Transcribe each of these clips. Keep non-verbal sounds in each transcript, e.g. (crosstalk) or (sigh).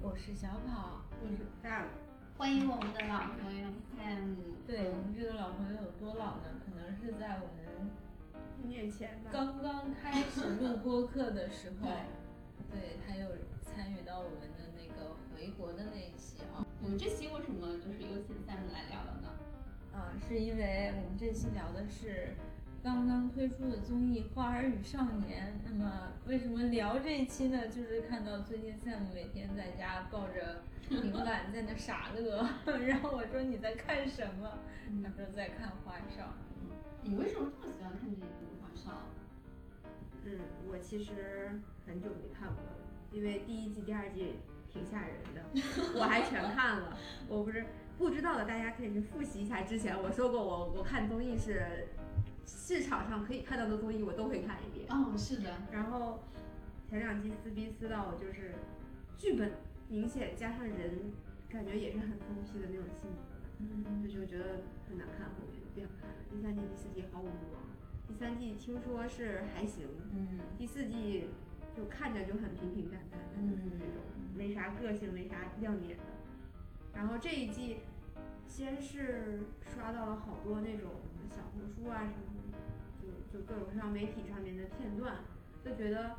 我是小跑。我是大了，欢迎我们的老朋友 Sam。对我们这个老朋友有多老呢？可能是在我们面前吧。刚刚开始录播客的时候对，对他有参与到我们的那个回国的那一期啊。我们这期为什么就是邀请 Sam 来聊聊呢？啊，是因为我们这期聊的是刚刚推出的综艺《花儿与少年》。那么为什么聊这一期呢？就是看到最近 Sam 每天在家抱着平板在那傻乐， (laughs) 然后我说你在看什么？他说在看《花少》。你为什么这么喜欢看这一部《花少》？嗯，我其实很久没看过了，因为第一季、第二季挺吓人的， (laughs) 我还全看了。我不是不知道的，大家可以去复习一下之前我说过我我看综艺是市场上可以看到的综艺我都会看一遍。哦，是的，然后前两季撕逼撕到就是剧本明显加上人，感觉也是很疯批的那种性格，嗯，就是我觉得很难看，后面就不想看了。第三季、第四季毫无欲望，第三季听说是还行，嗯，第四季就看着就很平平淡淡的，嗯就是那种没啥个性、没啥亮点的。然后这一季，先是刷到了好多那种小红书啊什么的，就就各种社交媒体上面的片段，就觉得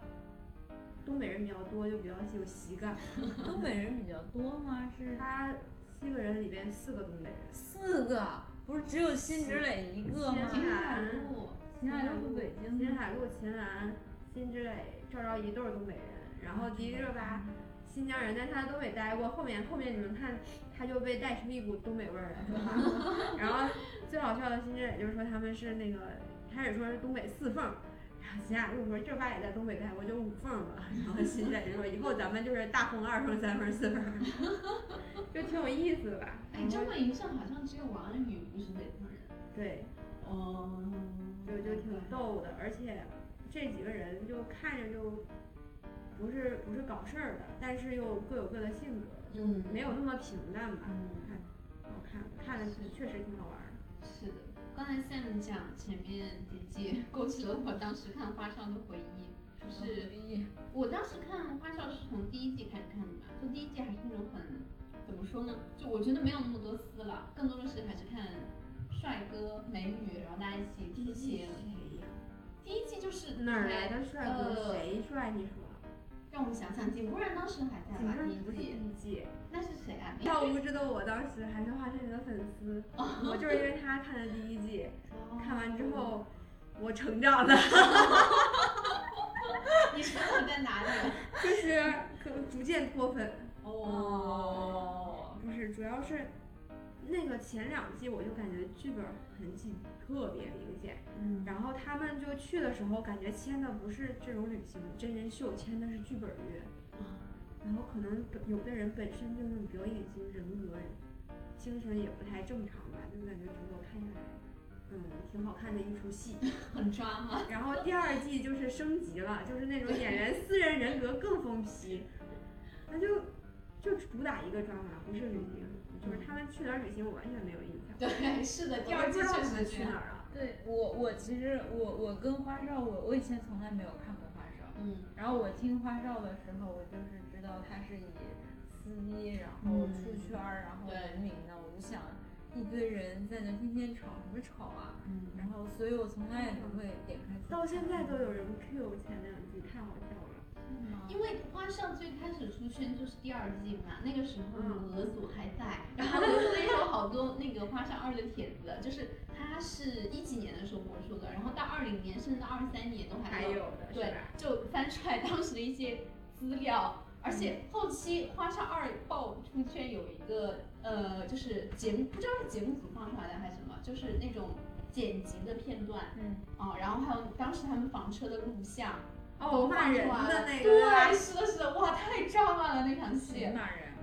东北人比较多，就比较有喜感。 (laughs) 东北人比较多吗？是他七个人里边四个东北人，四个，不是只有辛芷蕾一个吗？秦海璐，秦海璐是北京秦的，嗯海璐、秦岚、辛芷蕾、赵昭仪都是东北人，然后迪丽热巴。新疆人，但是他在东北待过，后面后面你们看，他就被带出一股东北味儿来说话。 (laughs) 然后最好笑的辛芷蕾就是说他们是那个开始说是东北四凤，然后秦雅璐说这吧也在东北待过，就五凤吧。 (laughs) 然后辛芷蕾就说以后咱们就是大凤、二凤、三凤、四凤， (laughs) 就挺有意思的吧。哎，这么一算，好像只有王安宇不是北方人。对，哦，就就挺逗的，而且这几个人就看着就不是不是搞事儿的，但是又各有各的性格，就嗯没有那么平淡吧。嗯，好看，看了是确实挺好玩儿。是的。刚才 Sam 讲前面几季，勾起了我当时看《花少》的回忆，就是我当时看《花少》是从第一季开始看的嘛，就第一季还是那种很怎么说呢？就我觉得没有那么多撕了，更多的是还是看帅哥美女，然后大家一起激情。谁呀？第一季就是哪儿来的帅哥？呃谁帅？你说？让我们想想，井柏然当时还在景吧？润第不一是第 (laughs) 季一季，那是谁啊？要无知的我当时还是华晨宇的粉丝，哦我就是因为他看的第一季，看完之，后我成长了， (laughs) 你说我在哪里？就是可逐渐脱粉。哦，不是，主要是那个前两季我就感觉剧本很紧，特别明显。嗯，然后他们就去的时候，感觉签的不是这种旅行真人秀，签的是剧本约。然后可能本有的人本身就那种表演型人格，精神也不太正常吧，就感觉整个看下来，嗯，挺好看的一出戏。很抓吗？然后第二季就是升级了，就是那种演员私人人格更疯批，那就就主打一个抓马，不是旅行，就是他们去哪儿旅行，我完全没有印象。对，是的，我第二季不知道确他实们这去样。哪儿了。对我，我其实我我跟花少，我我以前从来没有看过花少。嗯然后我听花少的时候，我就是知道他是以司机，然后出圈儿，然后闻名的。我就想，一堆人在那天天吵什么吵啊？嗯，然后，所以我从来也不会点开去看。到现在都有人 Q 前两季，太好笑了。是吗因为花少最开始出圈就是第二季嘛，那个时候嗯俄组还 (laughs) 在，然后俄组也有好多那个花少二的帖子，就是他是一几年的时候播出的，然后到二零年甚至到二三年都还还有，有的是对吧？，就翻出来当时的一些资料。而嗯且后期《花少二》爆出圈有一个呃，就是节目不知道是节目组放出来的还是什么，就是那种剪辑的片段嗯，哦，然后还有当时他们房车的录像，哦，骂人的那个，啊嗯对，是的，是的，哇，太抓马了那场戏。骂 (laughs) 人？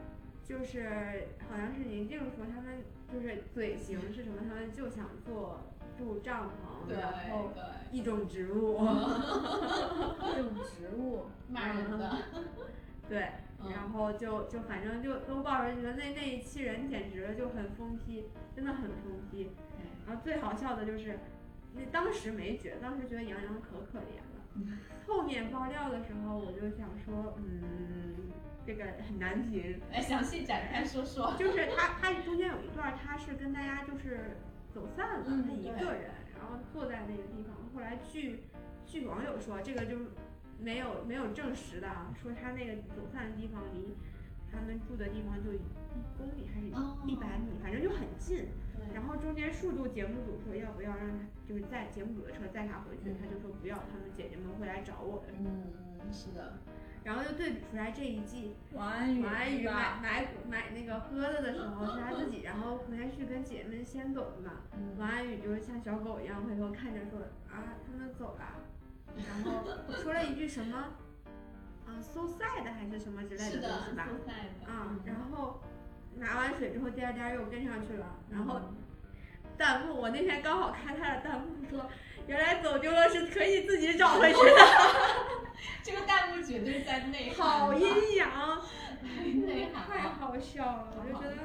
就是好像是宁静说他们就是嘴型是什么，他们就想做住帐篷，对然后对，一种植物。这种植物，骂人的，对，嗯然后就就反正就都抱着觉得那那一嗯期人简直就很疯批，真的很疯批。然后最好笑的就是那当时没觉得，当时觉得杨洋可可怜了。后面爆料的时候，我就想说，嗯，这个很难评，来哎详细展开说说。就是他他中间有一段他是跟大家就是走散了，嗯他一对个人，然后坐在那个地方。后来据据网友说，这个就没有没有证实的，啊，说他那个走散的地方离他们住的地方就一公里还是哦一百米，反正就很近。对，然后中间数度节目组说要不要让他，就是在节目组的车载他回去，嗯他就说不要，他们姐姐们会来找我的。嗯，是的，然后就对比出来这一季，王安宇王安宇是吧？买买买那个鸽子的时候是他自己，然后回来是跟姐妹们先走的嘛。嗯，王安宇就是像小狗一样回头看着说啊，他们走了，然后说了一句什么，啊，so sad 还是什么之类是的，的东西复吧，赛的，啊嗯，然后拿完水之后，颠儿颠儿又跟上去了，然后弹幕，我那天刚好看他的弹幕说，原来走丢了是可以自己找回去的，这个弹幕绝对在内涵，好阴阳，啊内涵太啊，好笑了，我就觉得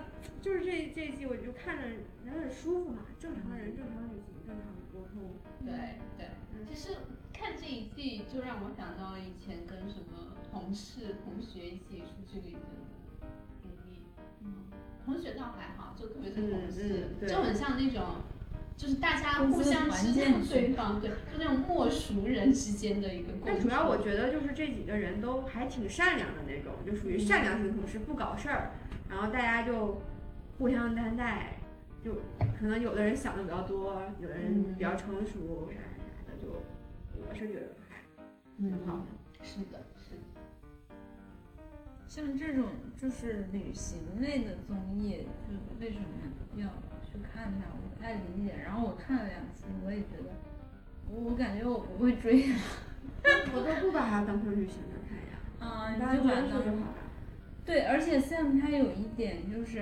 就是这这一季我就看着也很舒服嘛，正常人正常旅行正常沟通，对对嗯，其实看这一季就让我想到了以前跟什么同事、同学一起出去旅行的经历。嗯，同学倒还好，就特别是同事嗯嗯，对就很像那种。就是大家互公司相团知道建对方，对，就那种莫熟人之间的一个共但处。主要我觉得就是这几个人都还挺善良的那种，就属于善良型同事，不搞事儿，然后大家就互相担待，就可能有的人想的比较多，有的人比较成熟啥啥的，就我是觉得还挺好嗯，的。是的，是的，像这种就是旅行类的综艺，就为什么要去看它？我不太理解。然后我看了两期，我也觉得，我我感觉我不会追。我都不把它当成旅行的看呀，啊，大家你就觉把得它就好当了。对，而且 Sam 他有一点就是，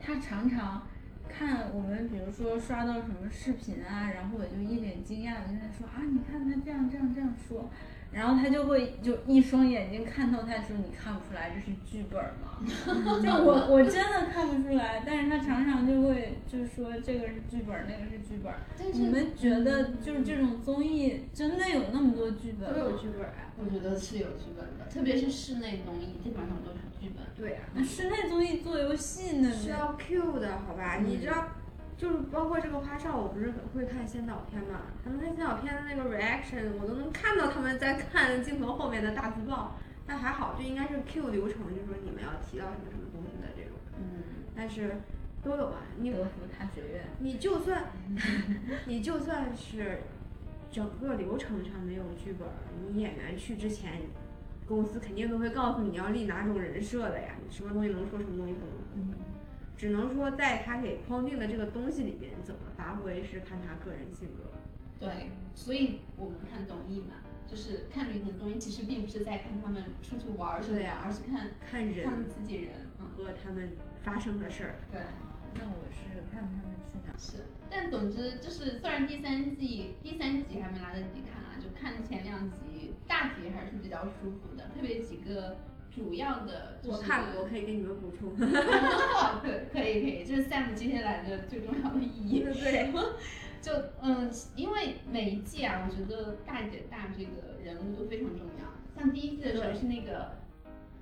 他常常看我们，比如说刷到什么视频啊，然后我就一脸惊讶的跟他说啊，你看他这样这样这样说，然后他就会就一双眼睛看透他说你看不出来这是剧本吗？ (laughs) 就我我真的看不出来，但是他常常就会就说这个是剧本，那个是剧本。但你是们觉得就是这种综艺真的有那么多剧本嗯都有吗？剧本啊。我觉得是有剧本的，特别是室内综艺，基本上都是剧本。对啊，那室内综艺做游戏呢？是要 Q 的好吧？你知道，就是包括这个花少，我不是很会看先导片嘛？他们看先导片的那个 reaction，我都能看到他们在看镜头后面的大字报。但还好，就应该是 Q 流程，就说你们要提到什么什么东西的这种。嗯，但是都有啊，你德芙大学院。你就算 (laughs) 你就算是整个流程上没有剧本儿，你演员去之前，公司肯定都会告诉你要立哪种人设的呀，你什么东西能说，什么东西不能说。嗯只能说在他给框定的这个东西里边，怎么发挥是看他个人性格。对，所以我们看综艺嘛，就是看旅行综艺，其实并不是在看他们出去玩儿什么对的啊，而是看看他人们自己人。嗯，和他们发生的事儿。对，那我是看他们去哪。是。但总之就是，虽然第三季第三集还没来得及看啊，就看前两集，大体还是比较舒服的，特别几个主要的、就是。我看过，我可以给你们补充。 (laughs) 对，可以可以，这是 Sam 接下来的最重要的意义。 (laughs) 对，就嗯， (laughs) 因为每一季啊，我觉得大姐大这个人物都非常重要。像第一季的时候是那个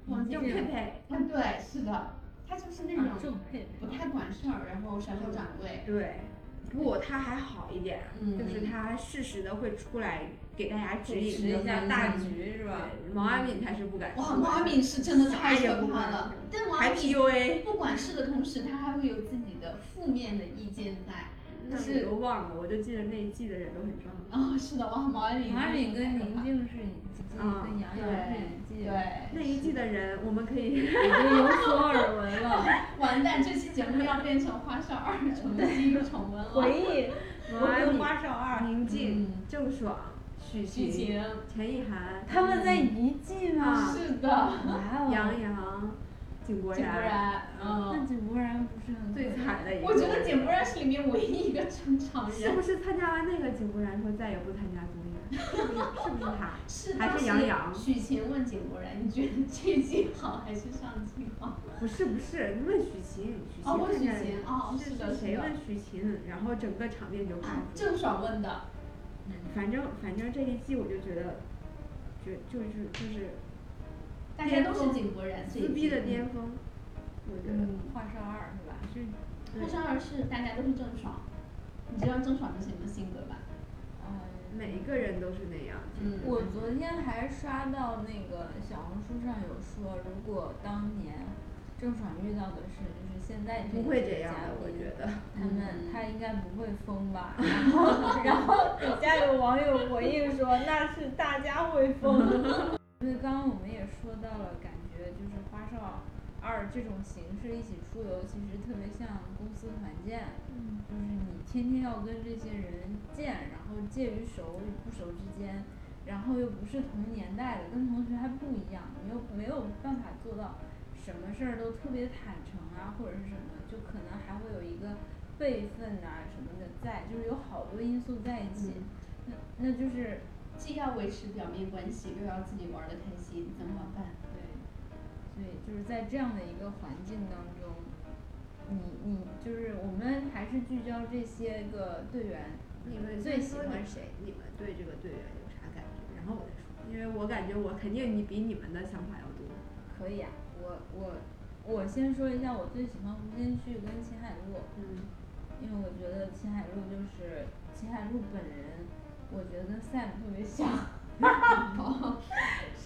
王就静佩，佩佩，嗯，对，是的，她就是那种郑佩不太管事儿，然后甩手掌柜，对，不，他还好一点，嗯就是他适时的会出来给大家指引持一下大局。局是吧？对毛阿敏他是不敢出来哇，的，王阿敏是真的太啥也可不怕管了。但王阿还敏 PUA，不管事的同时，她还会有自己的负面的意见在。那是我都忘了，我就记得那一季的人都很壮。啊、是的，哇，毛阿敏，马敏跟宁静是一季，啊跟杨洋是一季，对，我那一季的人，我们可 (laughs) 以就有所耳闻 (laughs) 了。完蛋，这期节目要变成花少二重新重温了。忆毛阿敏、花少二，宁静、嗯，郑爽、许剧晴、情陈意涵、他们在一季吗？啊是的，哇哦！哦杨洋、井柏井柏然然，那嗯，井柏然不是很最惨的一个。我觉得井柏然是里面唯一一个正常是人，不是参加完那个井柏然说再也不参加综艺了？是不是？是不是他？是还当是时杨洋许晴问井柏然，你觉得这季好还是上季好？不是不是，你问许晴，许哦晴问参加许晴哦是是的是谁的问许晴，然后整个场面就尬啊，住了。郑爽问的，反正反正这一季我就觉得，就就是就是大家都是井柏然，撕逼的巅峰，我觉得。嗯，华少二是吧？是潘少儿是大家都是郑爽，你知道郑爽是什么性格吧？嗯，每一个人都是那样。嗯我昨天还刷到那个小红书上有说，如果当年郑爽遇到的事，就是现在不会这样的的，我觉得。他们他应该不会疯 (laughs) 吧？然后然后底下有网友回应说，那是大家会疯。因为刚刚我们也说到了，感觉就是《花少二》这种形式一起出游，其实特别像公司团建，嗯就是你天天要跟这些人见，然后介于熟与不熟之间，然后又不是同年代的，跟同学还不一样，你又没有办法做到什么事儿都特别坦诚啊，或者是什么，就可能还会有一个辈分啊什么的在，就是有好多因素在一起，那那就是既要维持表面关系，又要自己玩的开心，怎么办？对，所以就是在这样的一个环境当中，你你就是我们还是聚焦这些个队员你们最先喜说欢你谁你们对这个队员有啥感觉？然后我再说，因为我感觉我肯定你比你们的想法要多。可以啊，我我我先说一下，我最喜欢胡先煦跟秦海璐，嗯因为我觉得秦海璐就是秦海璐本人，我觉得跟 Sam 特别像。是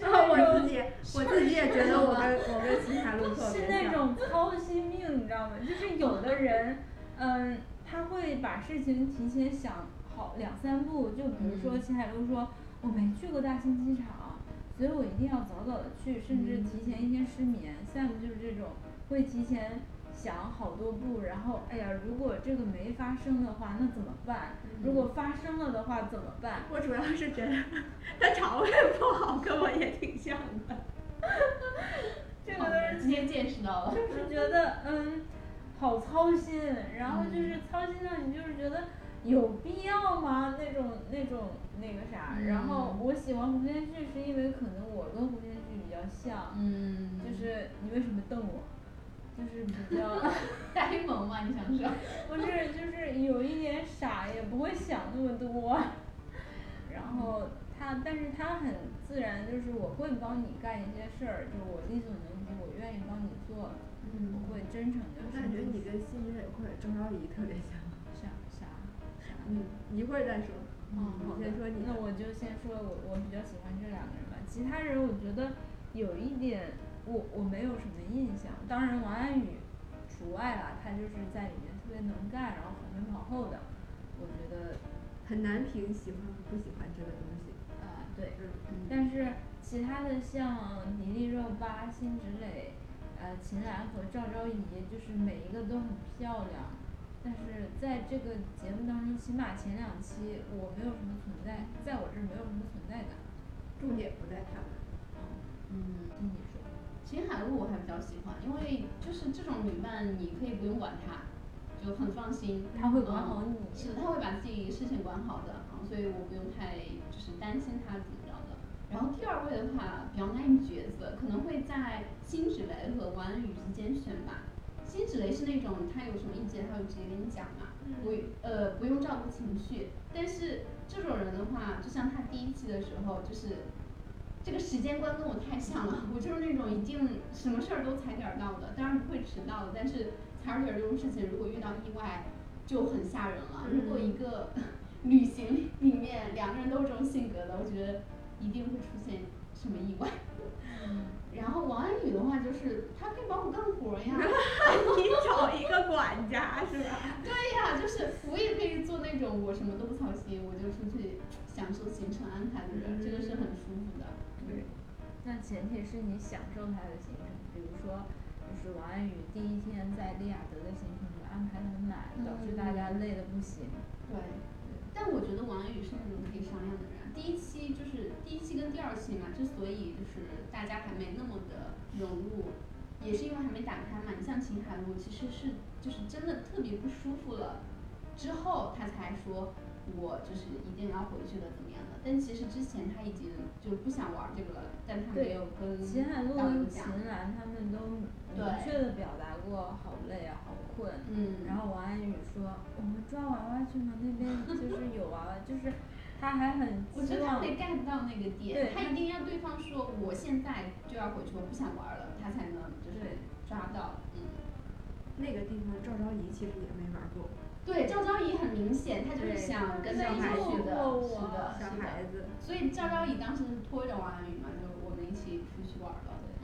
然后那我种自己我自己也觉得我跟我跟秦海璐特是别那像。种操心命，你知道吗？就是有的人，嗯，他会把事情提前想好两三步，就比如说嗯秦海璐说，我没去过大兴机场，所以我一定要早早的去，甚至提前一天失眠。Sam 就是这种会提前想好多步，然后哎呀，如果这个没发生的话，那怎么办？如果发生了的话怎么办？我主要是觉得他肠胃不好，跟我也挺像的。这个好都的是今天见识到了，就是觉得嗯，好操心，然后就是操心到你就是觉得有必要吗？那种那种那个啥。然后嗯我喜欢胡先煦是因为可能我跟胡先煦比较像，嗯就是你为什么瞪我？就是 (laughs) 比较呆萌嘛，你 (laughs) 想说？ (laughs) 不是就是有一点傻，也不会想那么多。然后他，但是他很自然，就是我会帮你干一些事儿，就是我力所能及，我愿意帮你做，嗯我会真诚的。我感觉你跟辛芷蕾或者张昭仪特别像。啥啥啥？嗯，一会儿再说。嗯好嗯的你先说你那哦的。我就先说我我比较喜欢这两个人吧，其他人我觉得有一点我我没有什么印象，当然王安宇除外啦，他就是在里面特别能干，然后跑前跑后的，我觉得很难评喜欢和不喜欢这个东西。啊、对，嗯，嗯但是其他的像迪丽热巴、辛芷蕾、呃秦岚和赵昭仪，就是每一个都很漂亮。但是在这个节目当中，起码前两期我没有什么存在，在我这儿没有什么存在感。重点不在他们。嗯，嗯。听你说，秦海璐我还比较喜欢，因为就是这种女伴，你可以不用管她，就很放心。他会管好嗯你。是，她会把自己事情管好的，啊所以我不用太就是担心她怎么着的。然后第二位的话，比较爱角色，可能会在辛芷蕾和王安宇之间选吧。辛芷蕾是那种她有什么意见，她会直接跟你讲嘛，不呃不用照顾情绪。但是这种人的话，就像她第一期的时候，就是这个时间观跟我太像了，我就是那种一定什么事儿都踩点儿到的，当然不会迟到的，但是踩点儿这种事情，如果遇到意外就很吓人了。啊如果一个 (laughs) 旅行里面两个人都是这种性格的，我觉得一定会出现什么意外。 (laughs) 然后王安宇的话，就是他可以帮我干活儿呀， (laughs) 你 (laughs) 找一个管家是吧？ (laughs) 对呀，就是我也可以做那种我什么都不操心，我就出去享受行程安排的人，这个是很舒服的。对。那前提是你享受他的行程，比如说，就是王安宇第一天在利雅得的行程就安排得很满，导致大家累得不行。对，但我觉得王安宇是那种可以商量的人啊。第一期就是第一期跟第二期嘛，之所以就是大家还没那么的融入，也是因为还没打开嘛。你像秦海璐，其实是就是真的特别不舒服了，之后她才说我就是一定要回去了怎么样的。但其实之前她已经就是不想玩这个了，但她没有跟秦海璐导游跟讲秦。岚他们都明对确的表达过好累啊，好困。嗯，然后王安宇说：“我们抓娃娃去吗？那边就是有娃娃，就是他还很我觉希得他望。 (laughs) 没 get 到那个点对，他一定要对方说我现在就要回去，我不想玩了，他才能就是对抓到。嗯，那个地方赵昭仪其实也没玩过，对，赵昭仪很明显，他就是对想跟他他一起诱去惑的，我是的，小是的孩。子。所以赵昭仪当时是拖着王安宇嘛，就我们一起出去玩了。嗯，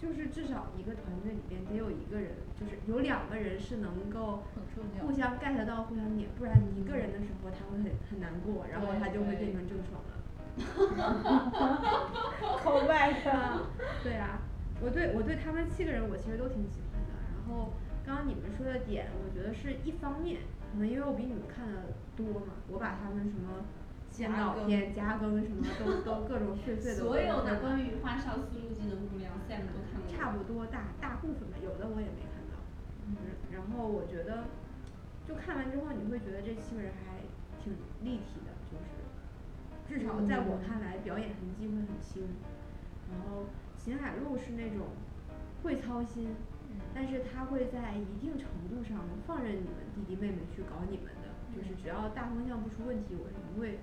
就是至少一个团队里边得有一个人，就是有两个人是能够很受教互相 get 到、互相点，不然一个人的时候他会很很难过，然后对他就会对变成郑爽了。口外的。对啊，我对我对他们七个人我其实都挺喜欢的。然后刚刚你们说的点，我觉得是一方面，可能因为我比你们看的多嘛，我把他们什么先加导更片、加更什么都都各种碎碎的，嗯所有的关于花少四路记的无聊 Sam 都看过。差不多大大部分吧，有的我也没看到。嗯，然后我觉得，就看完之后你会觉得这七个人还挺立体的，就是至少在我看来表演痕迹会很清。然后秦海璐是那种会操心，但是他会在一定程度上放任你们弟弟妹妹去搞你们的，就是只要大方向不出问题，我是不会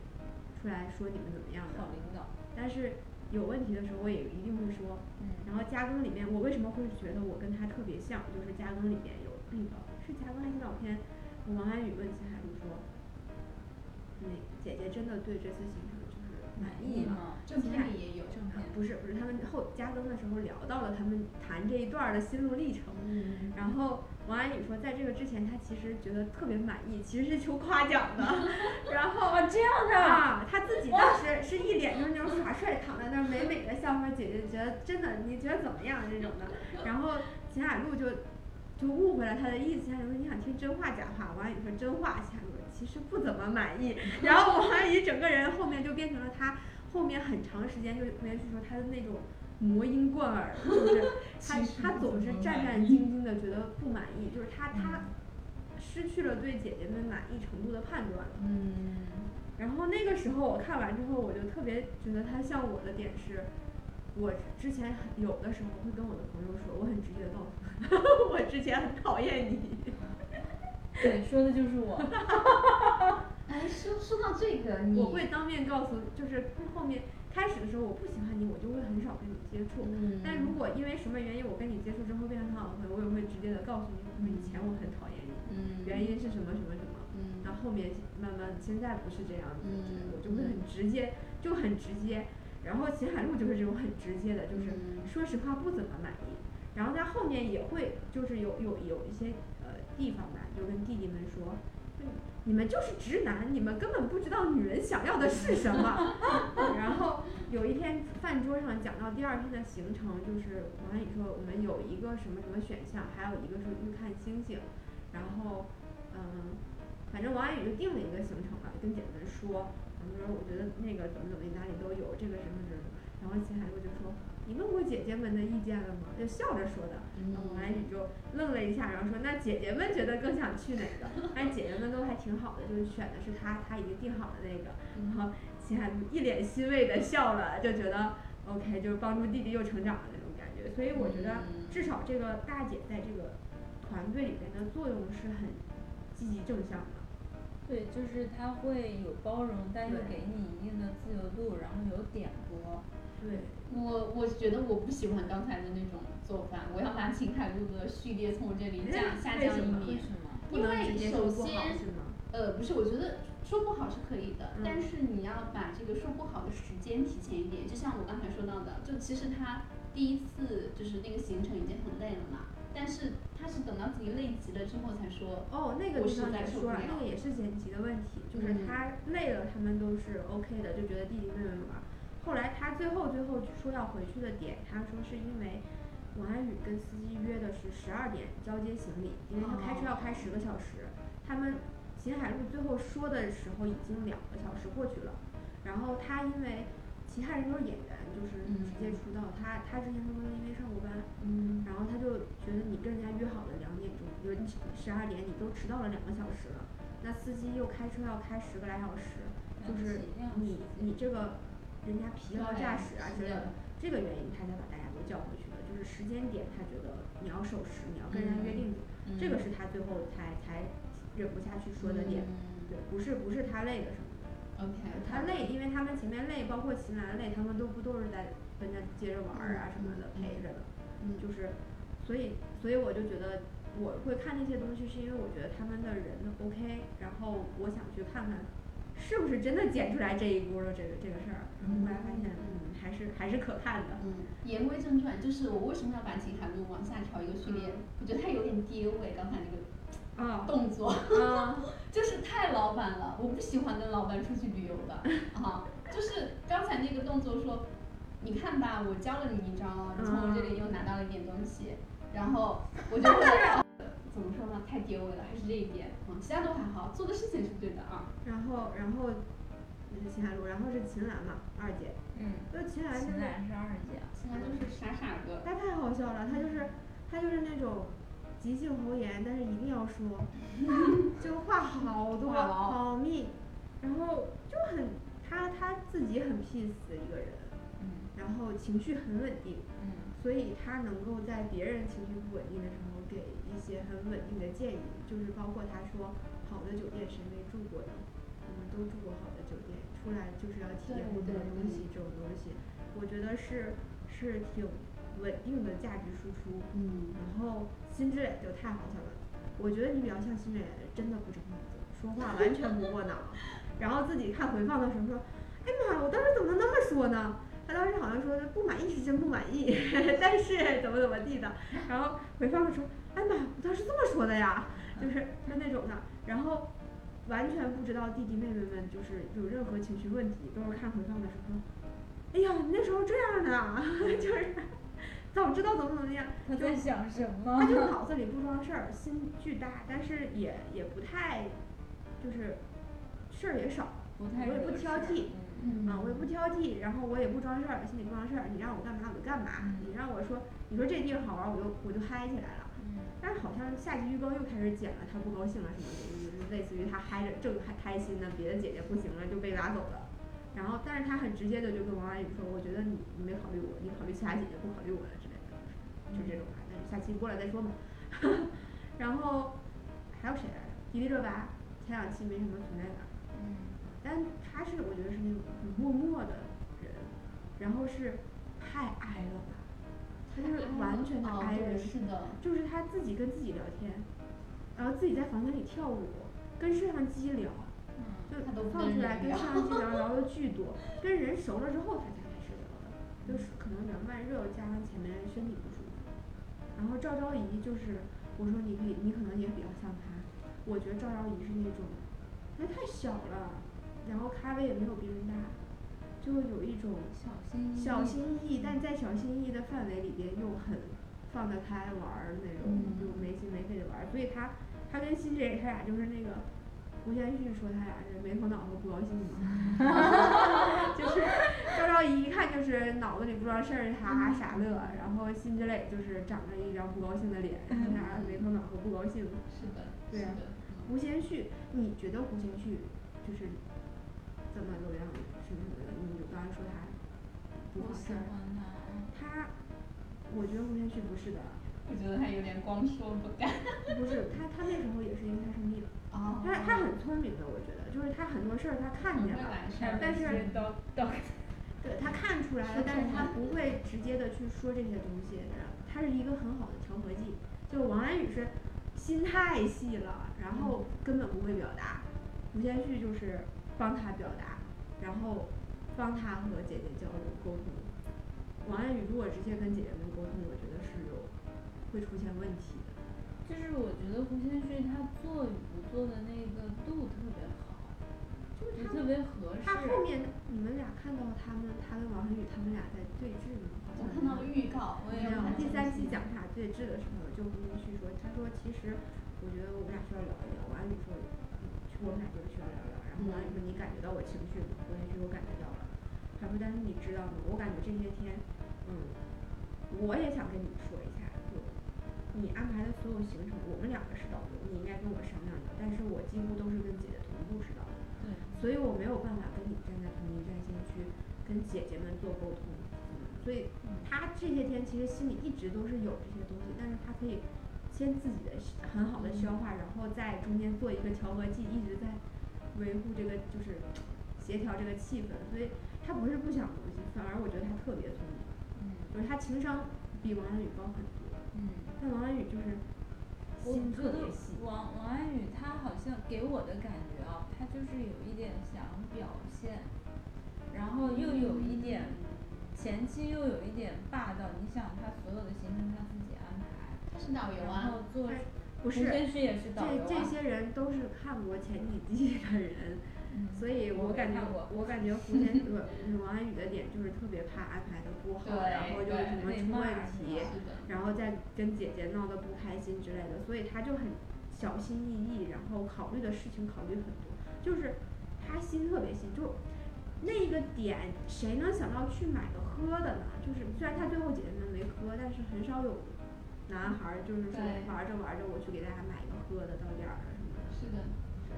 出来说你们怎么样的。好领导。但是有问题的时候，我也一定会说。嗯，然后加更里面，我为什么会觉得我跟他特别像？就是加更里面有那个是加更还是老片，王安宇问秦海璐说：“那姐姐真的对这次行程就是满意吗吗？啊正片里也有。？”正片。不是不是，他们后加更的时候聊到了他们谈这一段儿的心路历程。嗯，然后王安宇说，在这个之前，他其实觉得特别满意，其实是求夸奖的。 (laughs) 然后哦，这样的。哦啊，他自己当时是一脸就是那种耍帅，躺在那儿美美的笑话，姐姐觉得真的，你觉得怎么样啊这种的。然后秦海璐就就误会了他的意思，秦海璐说你想听真话假话，王安宇说真话，秦海璐说其实不怎么满意。然后王安宇整个人后面就变成了他后面很长时间就连续说他的那种。魔音贯耳，就是他，他总是战战兢兢的，觉得不满意，就是他，他失去了对姐姐们满意程度的判断了。嗯，然后那个时候我看完之后，我就特别觉得他像我的点是，我之前很有的时候会跟我的朋友说，我很直接的告诉他， (laughs) 我之前很讨厌你。对，说的就是 (laughs) 我。哎，说说到这个，你我会当面告诉，就是后面开始的时候我不喜欢你，我就会很少跟你接触。嗯但如果因为什么原因我跟你接触之后变得很好朋友，我也会直接的告诉你，我说以前我很讨厌你，嗯原因是什么什么什么。嗯然后后面慢慢现在不是这样子，嗯我就会很直接，就很直接。然后秦海璐就是这种很直接的，就是嗯说实话不怎么满意。然后他后面也会就是有有有一些呃地方吧，就跟弟弟们说。嗯你们就是直男，你们根本不知道女人想要的是什么。 (laughs) 然后有一天饭桌上讲到第二天的行程，就是王安宇说我们有一个什么什么选项，还有一个是去看星星，然后嗯，反正王安宇就定了一个行程吧，跟姐姐们说，然后就说我觉得那个怎么怎么地哪里都有，这个什么什么，然后秦海璐就说你问过姐姐们的意见了吗？就笑着说的，然后王安宇就愣了一下，然后说那姐姐们觉得更想去哪个？但姐姐们都还挺好的，就是选的是他他已经定好的那个，然后秦海璐一脸欣慰的笑了，就觉得 OK，就是帮助弟弟又成长的那种感觉。所以我觉得嗯至少这个大姐在这个团队里边的作用是很积极正向的。对，就是他会有包容，但又对给你一定的自由度，然后有点拨。对，我我觉得我不喜欢刚才的那种做法，我要把秦海璐的序列从我这里降下为降什一么年。么？不因能为直接首说不好先是吗？呃，不是，我觉得说不好是可以的，嗯但是你要把这个说不好的时间提前一点。就像我刚才说到的，就其实他第一次就是那个行程已经很累了嘛，但是他是等到自己累极了之后才说，哦，那个我地实方在也受不说了了，。那个也是剪辑的问题，就是嗯他累了，他们都是 OK 的，就觉得弟弟妹妹玩儿。后来他最后最后说要回去的点，他说是因为王安宇跟司机约的是十二点交接行李，因为他开车要开十个小时，他们秦海璐最后说的时候已经两个小时过去了，然后他因为其他人都是演员，就是直接出道。他他之前他说因为上过班，嗯，然后他就觉得你跟人家约好了两点钟，比如你十二点，你都迟到了两个小时了，那司机又开车要开十个来小时，就是你你这个人家疲劳驾驶啊之类的，这个原因他才把大家都叫回去的，就是时间点他觉得你要守时，你要跟人家约定，这个是他最后才才忍不下去说的点，对，不是不是他累的什么的。 OK，他累，因为他们前面累，包括秦岚累，他们都不都是在跟着接着玩儿啊什么的嗯陪着的，嗯就是，所以所以我就觉得我会看那些东西，是因为我觉得他们的人 OK，然后我想去看看是不是真的剪出来这一波的这个这个事儿，然后后来发现嗯还是还是可看的，嗯，言归正传，就是我为什么要把秦海璐往下调一个序列？我觉得他有点跌位，刚才那啊个动作。啊 (laughs) 就是太老板了，我不喜欢跟老板出去旅游的啊。就是刚才那个动作说，你看吧，我教了你一招，你从我这里又拿到了一点东西，然后我就会怎么说呢？太跌位了，还是这一点，嗯，其他都还好，做的事情是对的啊。然后然后就是秦海璐，然后是秦岚嘛二姐，嗯，就秦岚秦真的岚是二姐啊，其他都是傻傻的，他太好笑了，他就是他就是那种即兴侯言，但是一定要说， (laughs) 就话好多话痨好密，然后就很他他自己很 peace 的一个人，嗯然后情绪很稳定，嗯所以他能够在别人情绪不稳定的时候给一些很稳定的建议，就是包括他说好的酒店谁没住过呢？我们都住过好的酒店，出来就是要体验对不同的对东西，这种东西，我觉得是是挺稳定的价值输出。嗯然后辛芷蕾就太好笑了，我觉得你比较像辛芷蕾，真的不长脑子，说话完全不过脑。然后自己看回放的时候说，哎妈，我当时怎么能那么说呢？他当时好像说的不满意是真不满意， (laughs) 但是怎么怎么地的。然后回放的时候，哎妈，我当时这么说的呀，就是就那种的。然后完全不知道弟弟妹妹们就是有任何情绪问题，都是看回放的时候说，哎呀，你那时候这样的啊， (laughs) 就是早知道怎么怎么样。她在想什么他？就是 (laughs) 脑子里不装事儿，心巨大，但是也也不太，就是事儿也少，不太我也不惹挑事剔嗯嗯啊，我也不挑剔，然后我也不装事儿，心里不装事儿，你让我干嘛我就干嘛，嗯你让我说你说这地方好玩儿，我就我就嗨起来了。但是好像下集预告又开始剪了，他不高兴了什么的，就是类似于他嗨着正嗨开心呢，别的姐姐不行了就被拉走了。然后，但是他很直接的就跟王安宇说：“我觉得你你没考虑我，你考虑其他姐姐，不考虑我了之类的，就是就这种话。但是下期过来再说嘛。 (laughs) 然后还有谁来着？迪丽热巴前两期没什么存在感，嗯但他是我觉得是那种很默默的人，然后是太爱了吧，他就是完全的哦 i 对人，是的就是他自己跟自己聊天，然后自己在房间里跳舞，跟摄像机聊，就嗯他都不放跟出人来跟聊摄像机聊聊的巨多，跟人熟了之后他才开始聊的，就是嗯可能凉慢热加上前面身体不舒服，然后赵昭仪就是我说你可以，你可能也比较像她，我觉得赵昭仪是那种，因为太小了，然后咖位也没有别人大，就有一种小心翼翼，小心翼翼，但在小心翼翼的范围里边又很放得开玩儿那种，嗯就没心没肺的玩儿。所以他他跟辛芷蕾他俩啊就是那个吴宣旭说他俩是没头脑和不高兴嘛， (laughs) 就是赵昭仪一看就是脑子里不知道事儿，哈哈傻乐，然后辛芷蕾就是长着一张不高兴的脸，他俩没头脑和不高兴。是的，对是啊的，嗯胡先煦，你觉得胡先煦就是怎么怎么样什么什么的？你刚才说他不我好喜事欢儿，她，他，我觉得胡先煦不是的，我觉得他有点光说不干。不是他，他那时候也是因为他生病，哦他他很聪明的，我觉得，就是他很多事儿他看见了，但是到到对他看出来了，但是他不会直接的去说这些东西，他是一个很好的调和剂。就王安宇是心太细了，然后嗯根本不会表达，吴先煦就是帮他表达，然后帮他和姐姐交流沟通。王安宇如果直接跟姐姐们沟通，我觉得是有会出现问题的。就是我觉得胡先煦他做与不做的那个度特别好，就是也他特别合适。他后面你们俩看到他们，他跟王安宇他们俩在对峙吗？好我像看到了预告，我我也也没有看到，第了三期讲他俩对峙的时候，就胡先煦说，他说其实我觉得我们俩需要聊一聊。王安宇说，嗯我们俩就是需要聊聊。然后王安宇说，你感觉到我情绪吗？胡先煦说我感觉到了。小朱丹，你知道吗？我感觉这些天，嗯，我也想跟你说一下，就你安排的所有行程，我们两个是导游，你应该跟我商量的，但是我几乎都是跟姐姐同步是导游，对，所以我没有办法跟你站在同一战线去跟姐姐们做沟通。嗯所以他这些天其实心里一直都是有这些东西，但是他可以先自己的很好的消化，然后在中间做一个调和剂，一直在维护这个就是协调这个气氛。所以他不是不想东西，反而我觉得他特别聪明，嗯就是他情商比王安宇高很多。嗯但王安宇就是我心觉特得别细，王王安宇他好像给我的感觉啊，他就是有一点想表现，然后又有一点前期又有一点霸道。你想他所有的行程他自己安排，他是导游然后啊，做哎不陈是飞是也是导游这这啊，些人都是看过前几季的人，嗯所以我我没感觉看过我感觉胡先不 (laughs) 是王安宇的点就是特别怕安排的不好，对然后就对是什么被出骂问是题吧，是的，然后再跟姐姐闹得不开心之类的，所以他就很小心翼翼，然后考虑的事情考虑很多，就是他心特别细，就那个点谁能想到去买个喝的呢？就是虽然他最后姐姐们没喝，但是很少有男孩儿就是说对玩着玩着我去给大家买一个喝的到点儿啊了什么的。是的。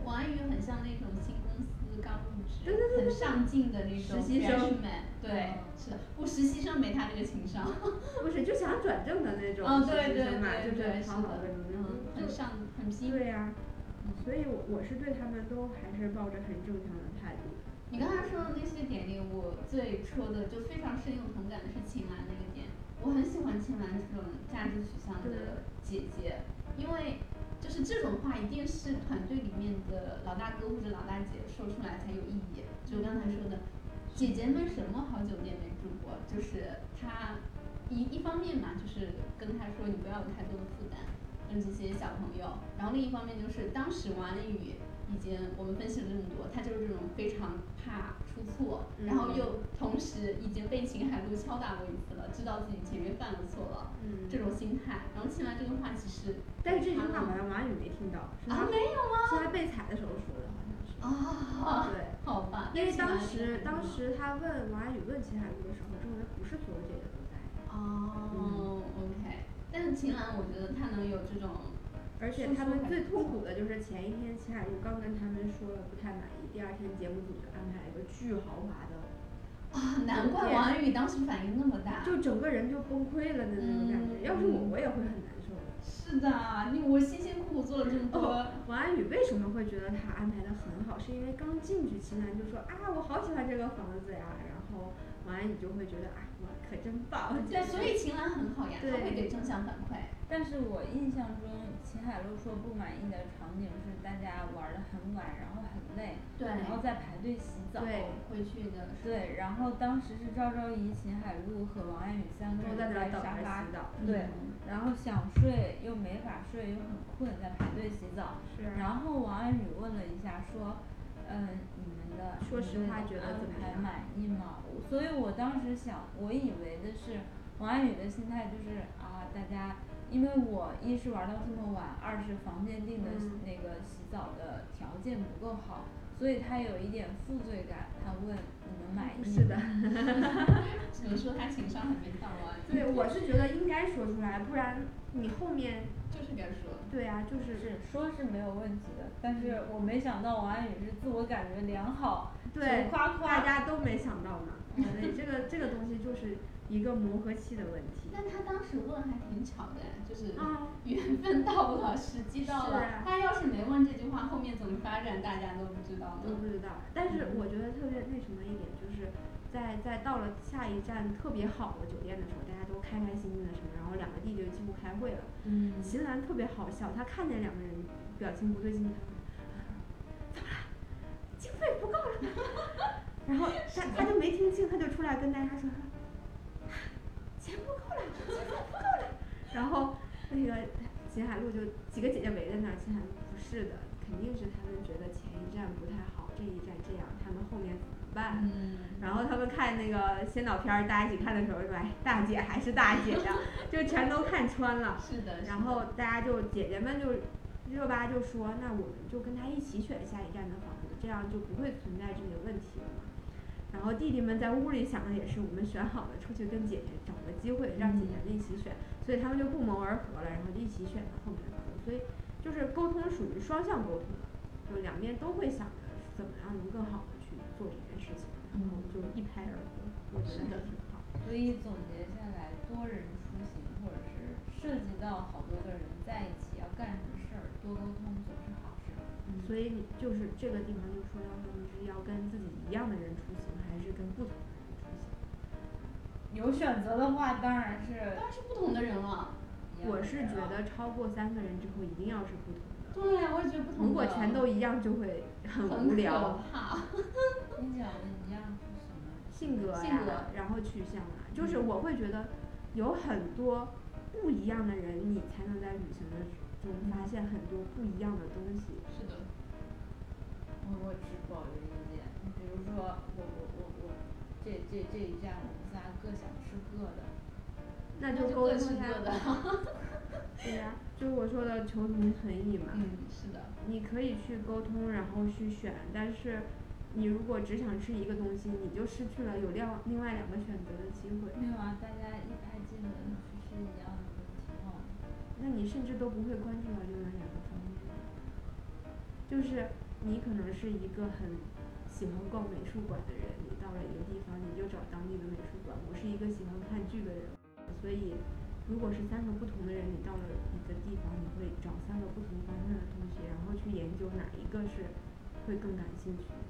王安宇很像那种新公司刚入职，对对对很对上进的那种实习生嗯 freshman，对，是的，不实习生没他那个情商。 (laughs) 不是就想转正的那种哦，实对习对生嘛，对就对，是讨好的各种，嗯，就很上很拼。对呀、嗯啊所以我我是对他们都还是抱着很正常的态度的。你刚才说的那些点里，我最戳的就非常深有同感的是秦岚那个点。我很喜欢秦岚这种价值取向的姐姐，因为就是这种话一定是团队里面的老大哥或者老大姐说出来才有意义。就刚才说的，姐姐们什么好酒店没住过？就是她一一方面嘛，就是跟她说你不要有太多的负担，跟这些小朋友。然后另一方面就是当时王安宇已经我们分析了这么多，他就是这种非常怕出错，嗯然后又同时已经被秦海璐敲打过一次了，知道自己前面犯了错了。嗯这种心态，然后秦岚这个话其实但是这句话好像王安宇没听到，是他、啊没有吗？是他被踩的时候说的，好像是。啊，对，好吧，因为秦岚这当个时很重当要时他问王安宇问秦海璐的时候，周围不是所有姐姐都在，嗯哦，OK，但是秦岚我觉得她能有这种，而且说他说们感最觉痛苦的就是前一天秦海璐刚跟他们说了不太满意，第二天节目组就安排了一个巨豪华的，啊，难怪对王安宇当时反应那么大。就整个人就崩溃了的那种感觉。嗯要是我，嗯我也会很难受的。是的，你我辛辛苦苦做了这么多，哦，王安宇为什么会觉得他安排的很好？是因为刚进去，秦岚就说啊，我好喜欢这个房子呀，然后王安宇就会觉得啊，我可真棒。 (laughs) 对，所以秦岚很好呀，她对会给正向反馈。但是我印象中，秦海璐说不满意的场景是大家玩的很晚，然后很累，对，然后在排队洗澡。对回去的时候 (laughs) 对，然后当时是赵昭仪、秦海璐和王安宇三个都人在那儿等沙着发洗，澡。嗯对，然后想睡又没法睡，又很困，在排队洗澡。是啊。然后王安宇问了一下，说：“嗯，你们的说实你们话的觉得安怎么排样满意吗？”我所以我当时想，我以为的是王安宇的心态就是啊，大家因为我一是玩到这么晚，二是房间定的嗯那个洗澡的条件不够好，所以他有一点负罪感。他问你们满意吗？是的，只能说她情商还没到啊。对，我是觉得应该说出来，不然你后面就是该说。对啊，就是是说是没有问题的，但是我没想到王安宇是自我感觉良好，对就夸夸大家都没想到嘛。对，这个这个东西就是一个磨合期的问题。但她当时问还挺巧的，就是啊， (laughs) 缘分到了，时机到是了啊。她要是没问这句话，后面怎么发展大家都不知道我呢。不知道，但是我觉得特别那什么一点，就是在在到了下一站特别好的酒店的时候，大家都开开心心的什么，然后两个弟弟就几乎开会了。嗯秦岚特别好笑，她看见两个人表情不对劲，她说：“怎么了？经费不够了吗？” (laughs) 然后她她就没听清，她就出来跟大家说：“啊钱不够了，经费不够了。” (laughs) 然后那个秦海璐就几个姐姐围在那儿，秦海璐不是的，肯定是他们觉得前一站不太好，这一站这样，他们后面怎么办？嗯。然后他们看那个先导片儿，大家一起看的时候说：“哎，大姐还是大姐呀，就全都看穿了。”是的，是然后的大家就姐姐们就热巴就说，那我们就跟他一起选下一站的房子，这样就不会存在这些问题了嘛。然后后弟弟们在屋里想的也是，我们选好了出去跟姐姐找个机会，让姐姐嗯们一起选，所以他们就不谋而合了，然后就一起选了后面的课。所以就是沟通属于双向沟通的，就两边都会想着怎么样能更好的去做这件事情，然后就一拍而合，我觉得还挺好。所以总结下来，多人出行或者是涉及到好多个人在一起要干什么事儿，多沟通总是好事。嗯，所以你就是这个地方就说到说你是要跟自己一样的人出行，还是跟不同的人出行？有选择的话，当然是当然是不同的人了。一样我的是人啊觉了得超过三个人之后一定要是不同的，对呀，我也觉得不同的。如果全都一样就会很很无聊可。怕。 (laughs) 你讲的一样是什么？性格性呀格，嗯然后取向啊，就是我会觉得有很多不一样的人，你才能在旅行的中嗯发现很多不一样的东西。是的，我我持保留意见，你比如说我我我我这这这一站我们仨各想吃各的，那就就沟各通吃呀，各的。 (laughs) 对呀、就是我说的求同存异嘛。嗯，是的，你可以去沟通，然后去选，但是你如果只想吃一个东西，你就失去了有两另外两个选择的机会。没有啊，大家一拍即合的去吃一样的不挺好的吗？那你甚至都不会关注到另外两个方面。就是你可能是一个很喜欢逛美术馆的人，你到了一个地方你就找当地的美术馆。我是一个喜欢看剧的人，所以如果是三个不同的人，你到了一个地方，你会找三个不同方向的东西，然后去研究哪一个是会更感兴趣的。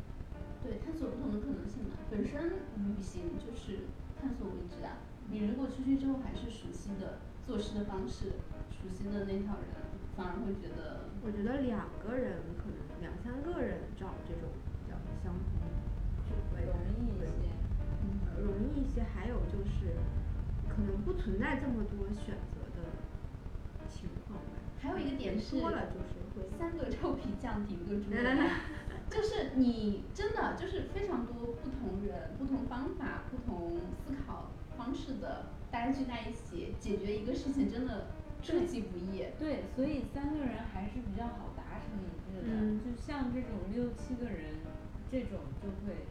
对，探索不同的可能性嘛。本身旅行就是探索未知啊。你如果出去之后还是熟悉的做事的方式，熟悉的那套人，反而会觉得我觉得两个人可能两三个人找这种比较相同，就会容易一些。嗯容易一些，还有就是可能不存在这么多选择的情况吧。还有一个点是多了就是会三个臭皮匠顶个猪就是你真的就是非常多不同人、不同方法、不同思考方式的，大家聚在一起解决一个事情，真的出其不意。对，所以三个人还是比较好达成一致的，嗯就像这种六七个人，这种就会